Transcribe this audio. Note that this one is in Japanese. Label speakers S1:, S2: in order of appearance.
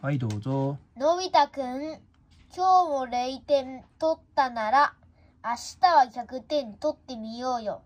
S1: はい、どうぞ。
S2: のび太くん、今日も0点取ったなら、明日は100点取ってみようよ。